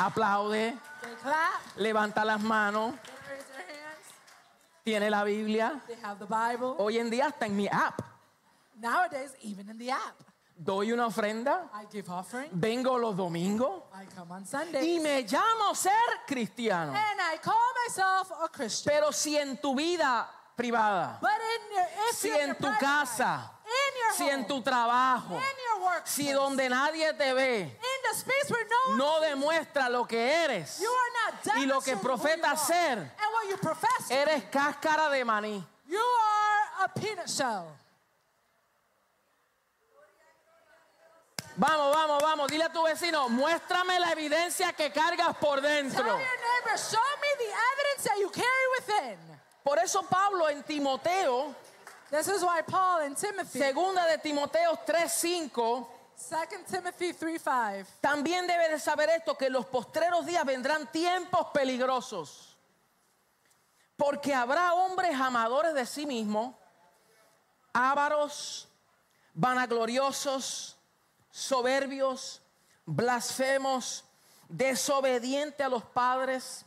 A: Aplaude,
B: They clap,
A: levanta las manos,
B: they raise their hands,
A: tiene la Biblia.
B: they have the Bible.
A: Hoy en día hasta en mi app
B: Nowadays, even in the app,
A: doy una ofrenda,
B: I give offering.
A: vengo los domingos
B: I come on Sunday.
A: y me llamo ser cristiano.
B: And I call myself a Christian.
A: Pero si en tu vida privada,
B: But in your, if
A: si
B: you're in
A: en
B: your
A: tu
B: private
A: casa,
B: life, in your
A: si
B: home,
A: en tu trabajo,
B: in your work,
A: si donde nadie te ve,
B: in the space where no one,
A: no demuestra lo que eres,
B: you are not
A: Y lo que
B: demonstrating who
A: profeta
B: you are.
A: ser,
B: and what you profess, to
A: eres cáscara de maní.
B: be, you are a peanut shell.
A: Vamos, vamos, vamos, dile a tu vecino, muéstrame la evidencia que cargas por
B: Tell
A: dentro.
B: your neighbor, show me the evidence that you carry within.
A: Por eso Pablo en Timoteo,
B: This is why Paul and Timothy,
A: segunda de Timoteo 3:5,
B: 2 Timothy 3 5.
A: También debe de saber esto, que en los postreros días vendrán tiempos peligrosos. Porque habrá hombres amadores de sí mismos, ávaros, vanagloriosos, soberbios, blasfemos, desobedientes a los padres,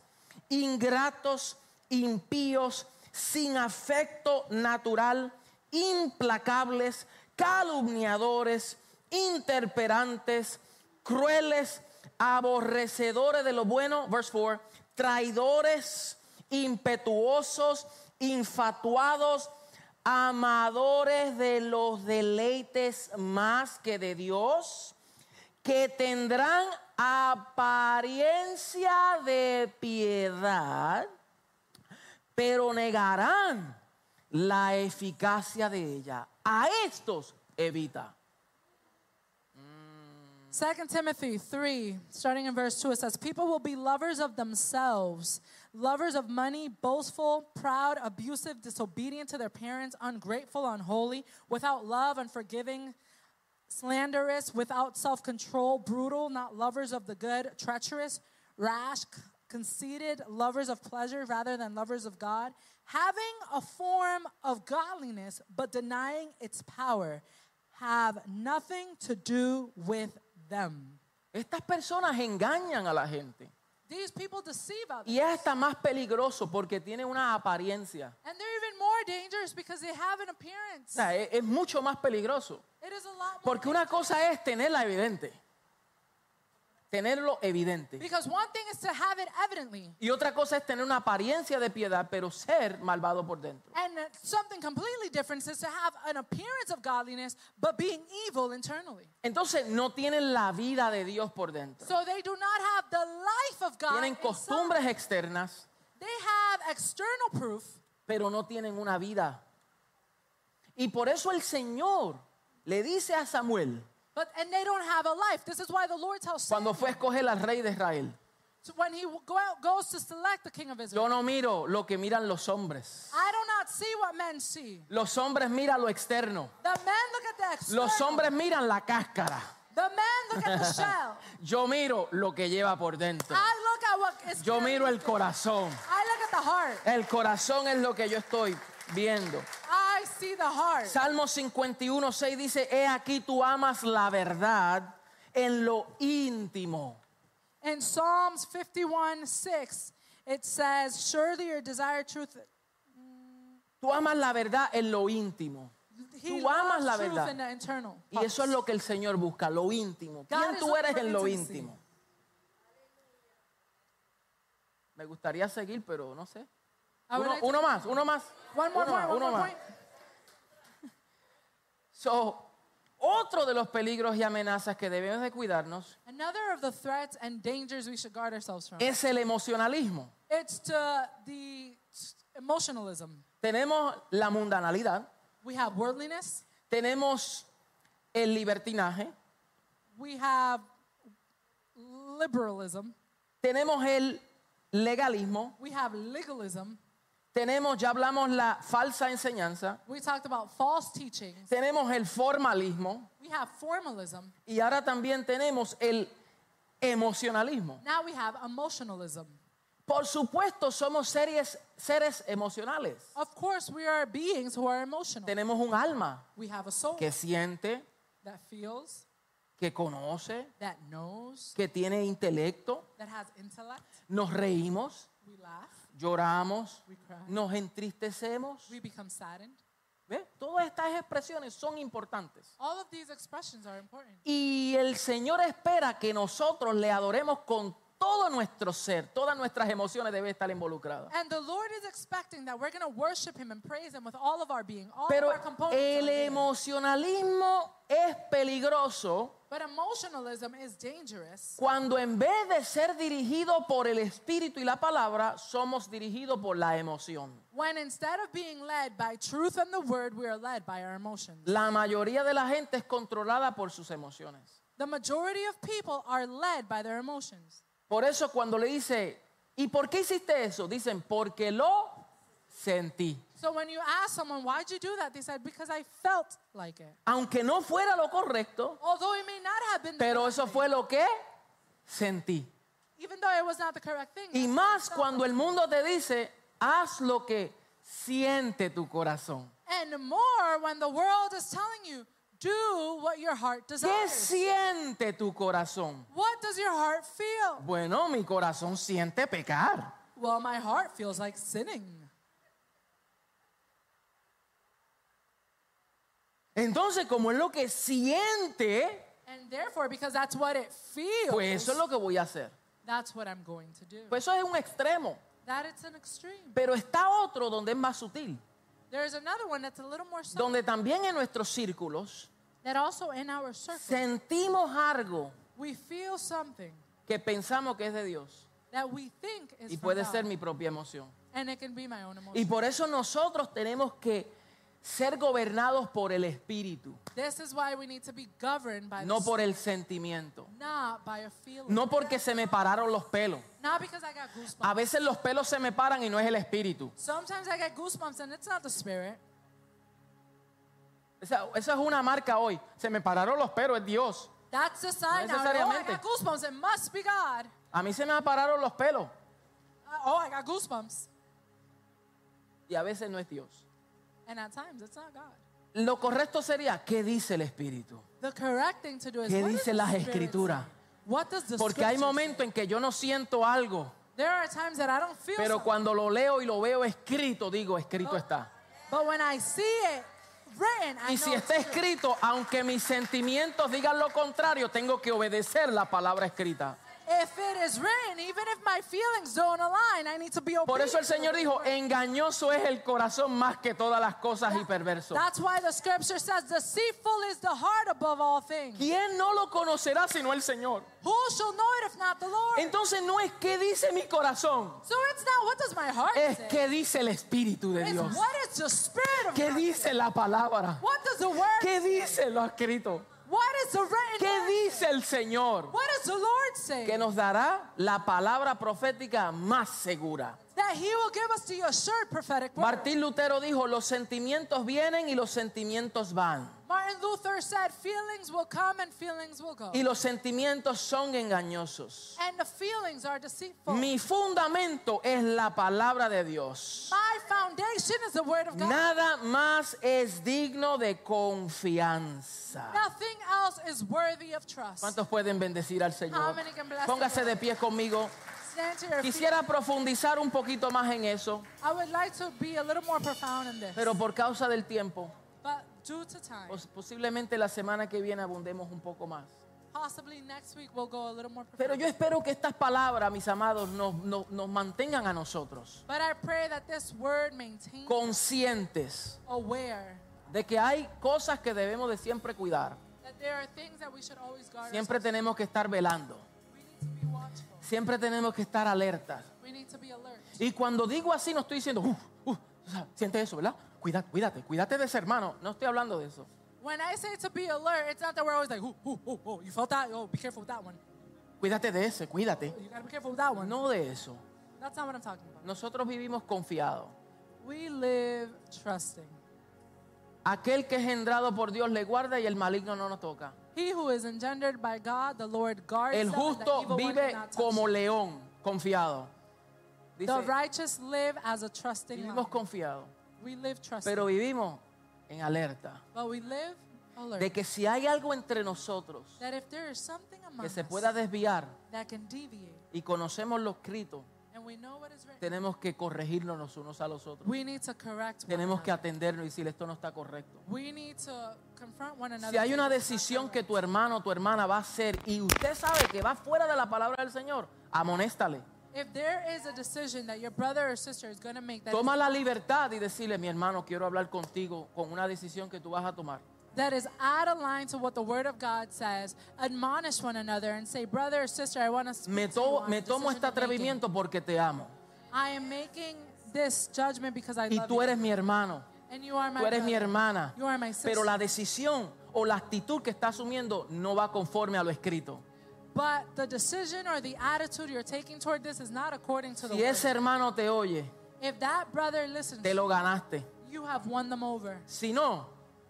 A: ingratos, impíos, sin afecto natural, implacables, calumniadores, interperantes, crueles, aborrecedores de lo bueno, verse 4, traidores, impetuosos, infatuados, amadores de los deleites más que de Dios, que tendrán apariencia de piedad, pero negarán la eficacia de ella. A estos evita.
B: 2 Timothy 3, starting in verse 2, it says, People will be lovers of themselves, lovers of money, boastful, proud, abusive, disobedient to their parents, ungrateful, unholy, without love, unforgiving, slanderous, without self control, brutal, not lovers of the good, treacherous, rash, c- conceited, lovers of pleasure rather than lovers of God, having a form of godliness but denying its power, have nothing to do with them.
A: Estas personas engañan a la gente.
B: These people deceive others.
A: Y es hasta más peligroso porque tienen una apariencia.
B: And they're even more dangerous because they have an
A: O
B: appearance.
A: sea, es, es mucho más peligroso.
B: It is a lot more.
A: Porque una cosa es tenerla evidente. Tenerlo evidente.
B: Because one thing is to have it evidently,
A: Y otra cosa es tener una apariencia de piedad, pero ser malvado por dentro.
B: and uh, something completely different is to have an appearance of godliness but being evil internally.
A: Entonces no tienen la vida de Dios por dentro.
B: So they do not have the life of God.
A: Tienen
B: inside.
A: costumbres externas,
B: They have external proof,
A: pero no tienen una vida. Y por eso el Señor le dice a Samuel,
B: but and they don't have a life. This is why the Lord tells
A: cuando
B: Samuel
A: fue a escoger al rey de Israel,
B: to- when he go out, goes to select the king of Israel.
A: yo no miro lo que miran los hombres.
B: I do not see what men see.
A: Los hombres miran lo externo.
B: The men look at the external.
A: Los hombres miran la cáscara.
B: The men look at the shell.
A: Yo miro lo que lleva por dentro.
B: I look at what is.
A: Yo
B: carried
A: miro el
B: within.
A: corazón.
B: I look at the heart.
A: El corazón es lo que yo estoy viendo.
B: I see the heart.
A: Salmo 51, 6 dice, he aquí tú amas la verdad en lo íntimo.
B: In Psalms 51 6, it says, Surely your desire truth.
A: Tú amas la verdad en lo íntimo.
B: He
A: Tú amas
B: loves
A: la
B: truth
A: verdad.
B: in the internal.
A: Y eso es lo que el Señor busca, lo íntimo. ¿Quién
B: is
A: tú
B: looking
A: eres
B: for
A: en lo
B: intimacy.
A: íntimo? Me gustaría seguir, pero no sé.
B: I would
A: Uno,
B: like to-
A: uno más, uno más.
B: one more
A: uno
B: point,
A: más,
B: one
A: uno
B: more
A: más.
B: point.
A: So, otro de los peligros y amenazas que debemos de cuidarnos
B: Another of the threats and dangers we should guard ourselves from.
A: es el emocionalismo.
B: It's to the emotionalism.
A: Tenemos la mundanalidad,
B: We have worldliness,
A: tenemos el libertinaje,
B: we have liberalism,
A: tenemos el legalismo,
B: we have legalism.
A: tenemos, ya hablamos, la falsa enseñanza,
B: We talked about false teachings.
A: tenemos el formalismo
B: We have formalism.
A: y ahora también tenemos el emocionalismo.
B: Now we have emotionalism.
A: Por supuesto, somos seres, seres emocionales.
B: Of course, we are beings who are emotional.
A: Tenemos un alma
B: We have a soul
A: que siente,
B: that feels,
A: que conoce,
B: that knows,
A: que tiene intelecto,
B: that has intellect.
A: nos reímos,
B: We laugh,
A: lloramos,
B: we cry,
A: nos entristecemos.
B: we become saddened.
A: ¿Ve? Todas estas expresiones son importantes.
B: All of these expressions are important.
A: Y el Señor espera que nosotros le adoremos con todo nuestro ser, todas nuestras emociones deben estar involucradas.
B: And the Lord is expecting that we're going to worship Him and praise Him with all of our being, all
A: Pero
B: of our components. are
A: el
B: there.
A: emocionalismo es peligroso
B: But emotionalism is dangerous
A: cuando en vez de ser dirigido por el Espíritu y la palabra, somos dirigidos por la emoción.
B: when instead of being led by truth and the word, we are led by our emotions.
A: La mayoría de la gente es controlada por sus emociones.
B: The majority of people are led by their emotions.
A: Por eso cuando le dice, ¿y por qué hiciste eso? Dicen, porque lo sentí.
B: So when you ask someone, why'd you do that? They said, because I felt like it.
A: Aunque no fuera lo correcto,
B: Although it may not have been the
A: pero
B: correct
A: eso
B: thing,
A: fue lo que sentí.
B: even though it was not the correct thing.
A: Y
B: that's
A: más
B: what I felt.
A: cuando el mundo te dice, haz lo que siente tu corazón.
B: And more when the world is telling you, do what your heart
A: ¿Qué
B: desires.
A: siente tu corazón?
B: What does your heart feel?
A: Bueno, mi corazón siente pecar.
B: Well, my heart feels like sinning.
A: Entonces, como es lo que siente,
B: And therefore, because that's what it feels,
A: pues eso es lo que voy a hacer.
B: that's what I'm going to do.
A: Pues eso es un extremo.
B: that it's an extreme.
A: Pero está otro donde es más sutil.
B: There's another one that's a little more subtle.
A: donde también en nuestros círculos
B: That also in our circle,
A: sentimos algo
B: we feel something
A: que pensamos que es de Dios
B: that we think is
A: y
B: from
A: puede
B: God,
A: ser mi propia emoción.
B: and it can be my own
A: Y
B: emotion.
A: por eso nosotros tenemos que ser gobernados por el espíritu,
B: This is why we need to be governed by
A: no
B: the
A: por el sentimiento,
B: not by a feeling.
A: no porque se me pararon los pelos.
B: Not because I got goosebumps.
A: A veces los pelos se me paran y no es el espíritu.
B: Sometimes I get goosebumps and it's not the spirit.
A: Esa, esa es una marca hoy. Se me pararon los pelos, es Dios.
B: That's a sign now. Oh, I
A: necesariamente.
B: got goosebumps. It must be God.
A: A mí se me pararon los pelos
B: Uh, Oh, I got goosebumps.
A: y a veces no es Dios.
B: And at times, it's not God.
A: Lo correcto sería, ¿qué dice el Espíritu?
B: The correct thing to do is
A: ¿Qué
B: what does
A: dicen
B: the
A: las
B: Spirit
A: Escrituras?
B: say? What does the
A: Porque hay
B: Scripture say?
A: momentos en que yo no siento algo,
B: There are times that I don't feel
A: pero
B: something.
A: cuando lo leo y lo veo escrito, digo, escrito está.
B: But when I see it written, Oh, I
A: Y
B: know
A: si
B: it's
A: está
B: true.
A: escrito, aunque mis sentimientos digan lo contrario, tengo que obedecer la palabra escrita.
B: If it is written, even if my feelings don't align, I need to be obedient.
A: Por eso el
B: to
A: Señor
B: the
A: dijo,
B: word.
A: engañoso es el corazón más que todas las cosas y perverso.
B: That's why the scripture says, deceitful is the heart above all things.
A: ¿Quién no lo conocerá sino el Señor?
B: Who shall know it if not the Lord?
A: Entonces no es qué dice mi corazón,
B: so it's not what does my heart
A: es
B: say.
A: qué dice el Espíritu de
B: It's
A: Eh, Dios.
B: what is the spirit of
A: ¿Qué
B: God.
A: dice la palabra?
B: What does the word?
A: ¿Qué dice lo escrito?
B: What is the written?
A: ¿Qué
B: word?
A: dice el Señor?
B: What does the Lord say?
A: Que nos dará la palabra profética más segura.
B: that He will give us the assured prophetic word.
A: Martín Lutero dijo, los sentimientos vienen y los sentimientos van.
B: Martin Luther said, feelings will come and feelings will go.
A: Y los sentimientos son engañosos.
B: and the feelings are deceitful.
A: Mi fundamento es la palabra de Dios.
B: My foundation is the word of God.
A: Nada más es digno de confianza.
B: Nothing else is worthy of trust.
A: ¿Cuántos pueden bendecir al
B: How
A: Señor?
B: many can bless the
A: Póngase
B: Lord?
A: de pie conmigo.
B: Stand to your feet.
A: Quisiera profundizar un poquito más en eso,
B: I would like to be a little more profound in this.
A: pero por causa del tiempo,
B: but due to time,
A: pos- posiblemente la semana que viene abundemos un poco más.
B: possibly next week we'll go a little more profound.
A: Pero yo espero que estas palabras, mis amados, nos, nos- nos mantengan a nosotros
B: but I pray that this word maintains
A: conscientes
B: aware
A: de que hay cosas que debemos de siempre cuidar.
B: that there are things that we should always guard.
A: Siempre tenemos que estar velando.
B: ourselves. we need to be watchful.
A: Siempre tenemos que estar alertas.
B: We need to be alert.
A: Y cuando digo así, no estoy diciendo, "Uf, uf", o sea, siente eso, ¿verdad? Cuídate, cuídate, cuídate de ese hermano. No estoy hablando de eso.
B: When I say to be alert, it's not that we're always like, ooh, ooh, ooh, ooh, you felt that? Oh, be careful with that one.
A: Cuídate de ese, cuídate.
B: You gotta be careful with that one.
A: No de eso.
B: That's not what I'm talking about.
A: Nosotros vivimos confiados.
B: We live trusting.
A: Aquel que es engendrado por Dios le guarda y el maligno no nos toca.
B: He who is engendered by God, the Lord guards
A: El
B: them, and the
A: justo
B: evil one
A: vive
B: cannot touch
A: como
B: them.
A: león, confiado. Dice,
B: The righteous live as a trusting lion.
A: vivimos confiados,
B: We live trusting,
A: pero vivimos en alerta.
B: but we live alert.
A: De que si hay algo entre nosotros
B: that if there is something among
A: que se
B: us
A: pueda desviar
B: that can deviate,
A: y conocemos los escritos,
B: and we know what is written,
A: tenemos que corregirnos los unos a los otros.
B: we need to correct one
A: Tenemos que
B: another.
A: atendernos y decir esto no está correcto.
B: We need to confront one another.
A: Si hay una
B: and say, "That's not
A: decisión
B: right."
A: que tu hermano o tu hermana va a hacer y usted sabe que va fuera de la palabra del Señor, amonéstale.
B: If there is a decision that your brother or sister is going to make that,
A: Toma la libertad y decirle, mi hermano, quiero hablar contigo con una decisión que tú vas a tomar.
B: that is out of line to what the Word of God says, admonish one another and say, brother or sister, I want to speak
A: Me,
B: to
A: to-
B: you on
A: me
B: the
A: tomo este
B: decision you're making.
A: atrevimiento porque te amo.
B: I am making this judgment because I
A: Y
B: love
A: tú
B: you.
A: eres mi hermano,
B: And you are my
A: tú eres mi
B: brother.
A: hermana.
B: You are my sister.
A: Pero la decisión o la actitud que está asumiendo no va conforme a lo escrito.
B: But the decision or the attitude you're taking toward this is not according to the
A: Si ese
B: word.
A: hermano te oye,
B: If that brother listens,
A: te lo ganaste.
B: you have won them over.
A: Si no,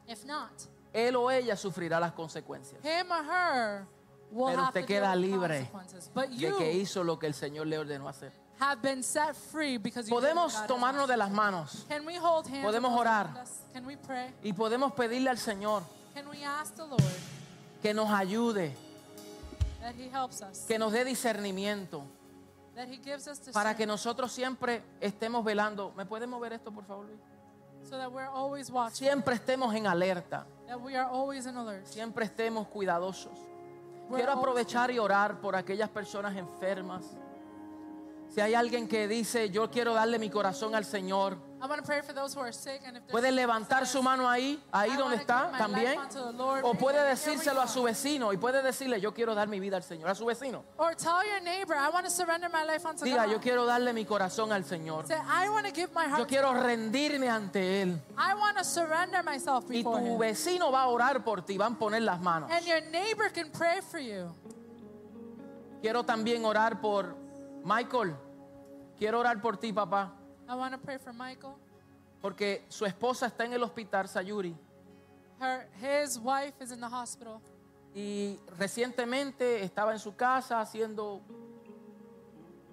B: If not,
A: él o ella sufrirá las consecuencias
B: him or her will
A: Pero
B: have
A: usted
B: to deal
A: queda
B: with the
A: libre
B: consequences. But
A: de que
B: you
A: hizo lo que el Señor le ordenó hacer.
B: have been set free because you did what God
A: Podemos
B: has
A: tomarnos
B: asked.
A: de las manos
B: Can we hold hands?
A: Podemos
B: with those
A: orar.
B: around us? Can we pray?
A: y podemos pedirle al Señor
B: Can we ask the Lord
A: que nos ayude,
B: that He helps us,
A: que nos dé discernimiento,
B: that He gives us
A: para que
B: discernment,
A: nosotros siempre estemos velando. ¿Me puede mover esto, por favor, Luis?
B: so that we're always watching,
A: Siempre estemos en alerta,
B: that we are always in alert.
A: siempre estemos cuidadosos.
B: We're
A: Quiero
B: always-
A: aprovechar y orar por aquellas personas enfermas. Si hay alguien que dice, yo quiero darle mi corazón al Señor,
B: I want to pray for those who are sick and if there's
A: puede
B: someone
A: levantar
B: that
A: su
B: is-
A: mano ahí, ahí
B: I
A: donde
B: wanna
A: está,
B: give my
A: también.
B: life unto the Lord.
A: O puede
B: Here we
A: decírselo a su
B: are.
A: vecino y puede decirle, yo quiero dar mi vida al Señor, a su vecino.
B: Or tell your neighbor, I want to surrender my life unto
A: Diga,
B: God.
A: yo quiero darle mi corazón al Señor.
B: Say, I want to give my heart.
A: Yo quiero rendirme ante Él.
B: I want to surrender myself
A: Y
B: before
A: tu
B: Him.
A: vecino va a orar por ti, van a poner las manos.
B: And your neighbor can pray for you.
A: Quiero también orar por Michael. Quiero orar por ti, papá,
B: I want to pray for Michael.
A: porque su esposa está en el hospital, Sayuri.
B: Her, his wife is in the hospital.
A: y recientemente estaba en su casa haciendo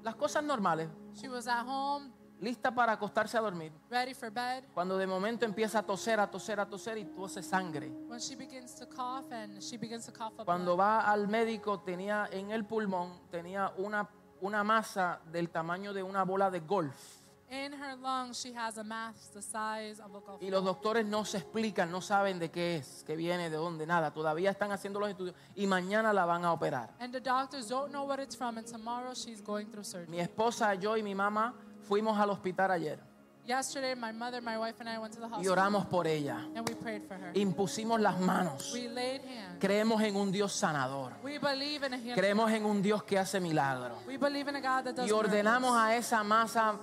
A: las cosas normales,
B: She was at home,
A: lista para acostarse a dormir.
B: ready for bed,
A: Cuando de momento empieza a toser, a toser, a toser y tose sangre.
B: when she begins to cough and she begins to cough up
A: Cuando
B: blood.
A: va al médico tenía en el pulmón tenía una, una masa del tamaño de una bola de golf.
B: In her lungs, she has a mass the size of a golf
A: Y los
B: ball.
A: doctores no se explican, no saben de qué es, qué viene, de dónde, nada. Todavía están haciendo los estudios y mañana la van a operar.
B: And the doctors don't know what it's from, and tomorrow she's going through surgery.
A: Mi esposa, yo y mi mamá fuimos al hospital ayer
B: Yesterday, my mother, my wife, and I went to the
A: y
B: hospital,
A: oramos por ella.
B: and we prayed for her.
A: Impusimos las manos.
B: We laid hands.
A: Creemos en un Dios sanador.
B: We believe in a healing.
A: Creemos en un Dios que hace milagros.
B: We believe in a God that does
A: Y ordenamos a
B: miracles.
A: esa masa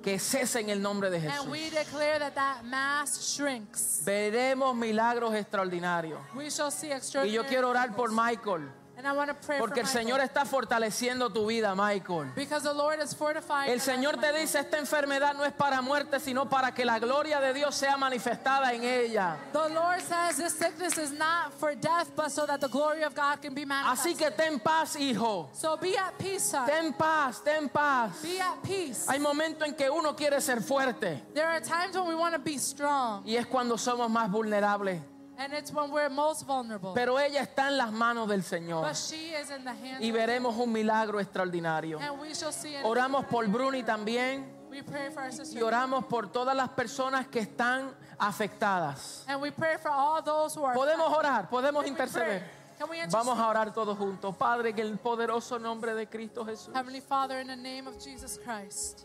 A: que cese en el nombre de
B: And
A: Jesús.
B: we declare that that mass shrinks.
A: Veremos milagros extraordinarios.
B: We shall see
A: Y yo
B: extraordinary
A: quiero orar por
B: miracles.
A: Michael.
B: And I want to pray
A: Porque el
B: for
A: Señor
B: Michael.
A: está fortaleciendo tu vida, Michael.
B: Because the Lord is fortifying
A: El
B: the life
A: Señor
B: of
A: te
B: Michael.
A: dice, esta enfermedad no es para muerte, sino para que la gloria de Dios sea manifestada en ella.
B: The Lord says this sickness is not for death, but so that the glory of God can be manifested.
A: Así que ten paz, hijo.
B: so be at peace, son.
A: Ten paz, ten paz.
B: Be at peace.
A: Hay momentos en que uno quiere ser fuerte
B: there are times when we want to be strong,
A: y es cuando somos más vulnerables.
B: and it's when we're most vulnerable.
A: Pero ella está en las manos del Señor
B: but she is in the hands
A: y
B: of God,
A: veremos un milagro extraordinario.
B: and we shall see it.
A: Oramos por Bruni también
B: we pray for our sister.
A: y oramos por todas las personas que están afectadas.
B: and we pray for all those who are
A: Podemos orar, podemos
B: Can we pray?
A: interceder.
B: Can we
A: Vamos a
B: intercede?
A: orar todos juntos. Padre, en el poderoso nombre de Cristo Jesús.
B: Heavenly Father, in the name of Jesus Christ.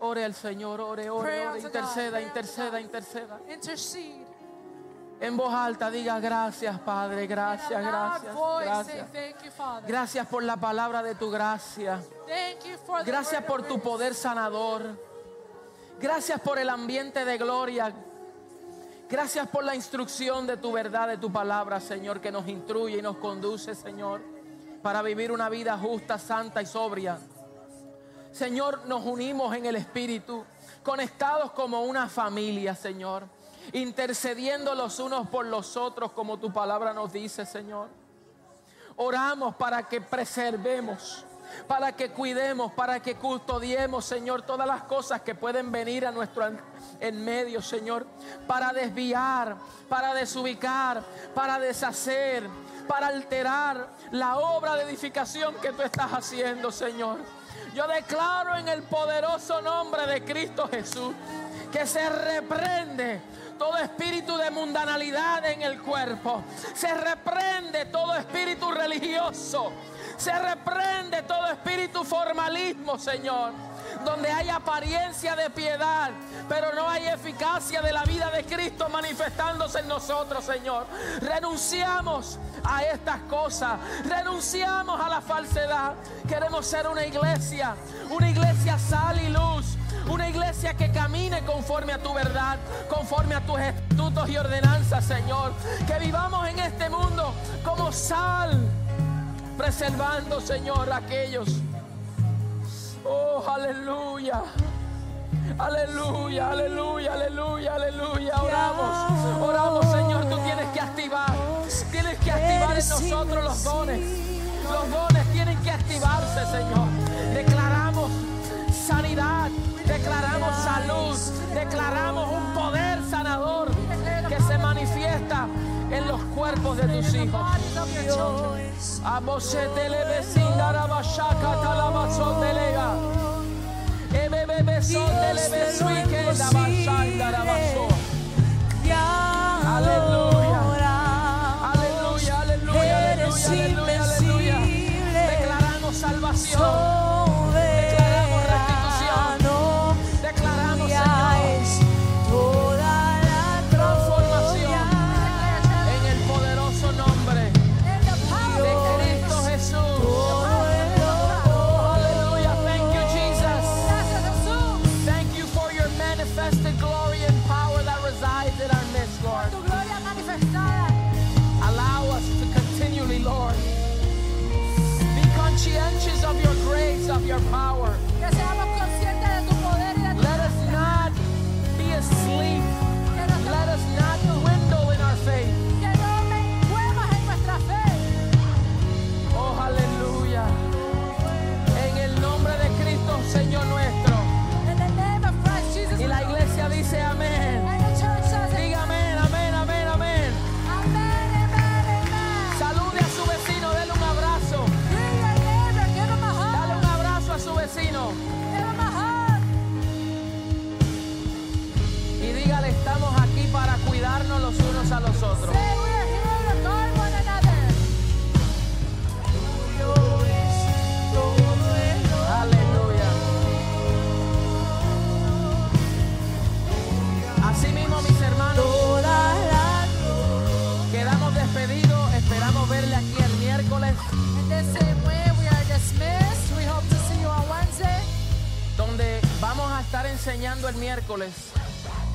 A: Ore al Señor, ore,
B: Pray
A: ore, ore.
B: unto God,
A: Interceda,
B: pray unto God.
A: interceda, interceda.
B: Intercede.
A: En voz alta diga gracias, Padre,
B: in a
A: gracias,
B: loud
A: gracias,
B: voice,
A: gracias.
B: say thank you, Father.
A: Gracias por la palabra de tu gracia.
B: thank you for the
A: Gracias
B: word
A: por
B: of
A: tu
B: grace.
A: poder sanador. Gracias por el ambiente de gloria. Gracias por la instrucción de tu verdad, de tu palabra, Señor, que nos instruye y nos conduce, Señor, para vivir una vida justa, santa y sobria. Señor, nos unimos en el Espíritu, conectados como una familia, Señor, intercediendo los unos por los otros, como tu palabra nos dice, Señor. Oramos para que preservemos, para que cuidemos, para que custodiemos, Señor, todas las cosas que pueden venir a nuestro en- en medio, Señor, para desviar, para desubicar, para deshacer, para alterar la obra de edificación que tú estás haciendo, Señor. Yo declaro en el poderoso nombre de Cristo Jesús que se reprende todo espíritu de mundanalidad en el cuerpo. Se reprende todo espíritu religioso. Se reprende todo espíritu formalismo, Señor. Donde hay apariencia de piedad, pero no hay eficacia de la vida de Cristo manifestándose en nosotros, Señor. Renunciamos a estas cosas. Renunciamos a la falsedad. Queremos ser una iglesia, una iglesia sal y luz. Una iglesia que camine conforme a tu verdad, conforme a tus estatutos y ordenanzas, Señor. Que vivamos en este mundo como sal, preservando, Señor, a aquellos. Oh, aleluya. Aleluya, aleluya, aleluya, aleluya. Oramos, oramos, Señor. Tú tienes que activar, tienes que activar en nosotros los dones. Los dones tienen que activarse, Señor. Declaramos sanidad, declaramos salud, declaramos un poder sanador que se manifiesta en los cuerpos de tus
B: In the
A: hijos.
B: bodies of your children.
A: Abosetele besindara bashaka talabasotelega. Ebebebesondele besuike labashandara baso. Aleluya, aleluya, aleluya, aleluya,
C: Eres
A: aleluya.
C: invencible.
A: Declaramos salvación,
C: Soberano,
A: declaramos
C: tuya
A: Señor
C: es toda la
A: transformación
C: gloria.
A: en el poderoso nombre
B: In the power
A: de
B: of
A: Cristo Jesús.
C: Todo el
A: Oh,
C: honor
A: aleluya, thank you Jesus.
B: Jesús,
A: Thank you for your manifested glory and power that resides in our midst, Lord.
B: tu gloria manifestada.
A: Allow us to continually, Lord, be conscientious of your grace, of your power.
B: Que seamos conscientes de tu poder y de tu
A: Let us not be asleep.
B: que no
A: Let us not Oh, a los otros.
B: Say we're here to guard one another.
C: Todo es, todo es lo
A: Aleluya. Así mismo, mis hermanos,
C: Toda la
A: quedamos despedidos. Esperamos verle aquí el miércoles,
B: In the same way, we are dismissed. We hope to see you on Wednesday.
A: donde vamos a estar enseñando el miércoles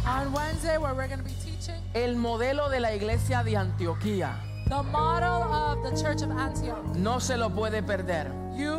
B: On Wednesday, where we're going to be teaching
A: el modelo de la iglesia de Antioquía.
B: the model of the Church of Antioch.
A: No se lo puede perder.
B: You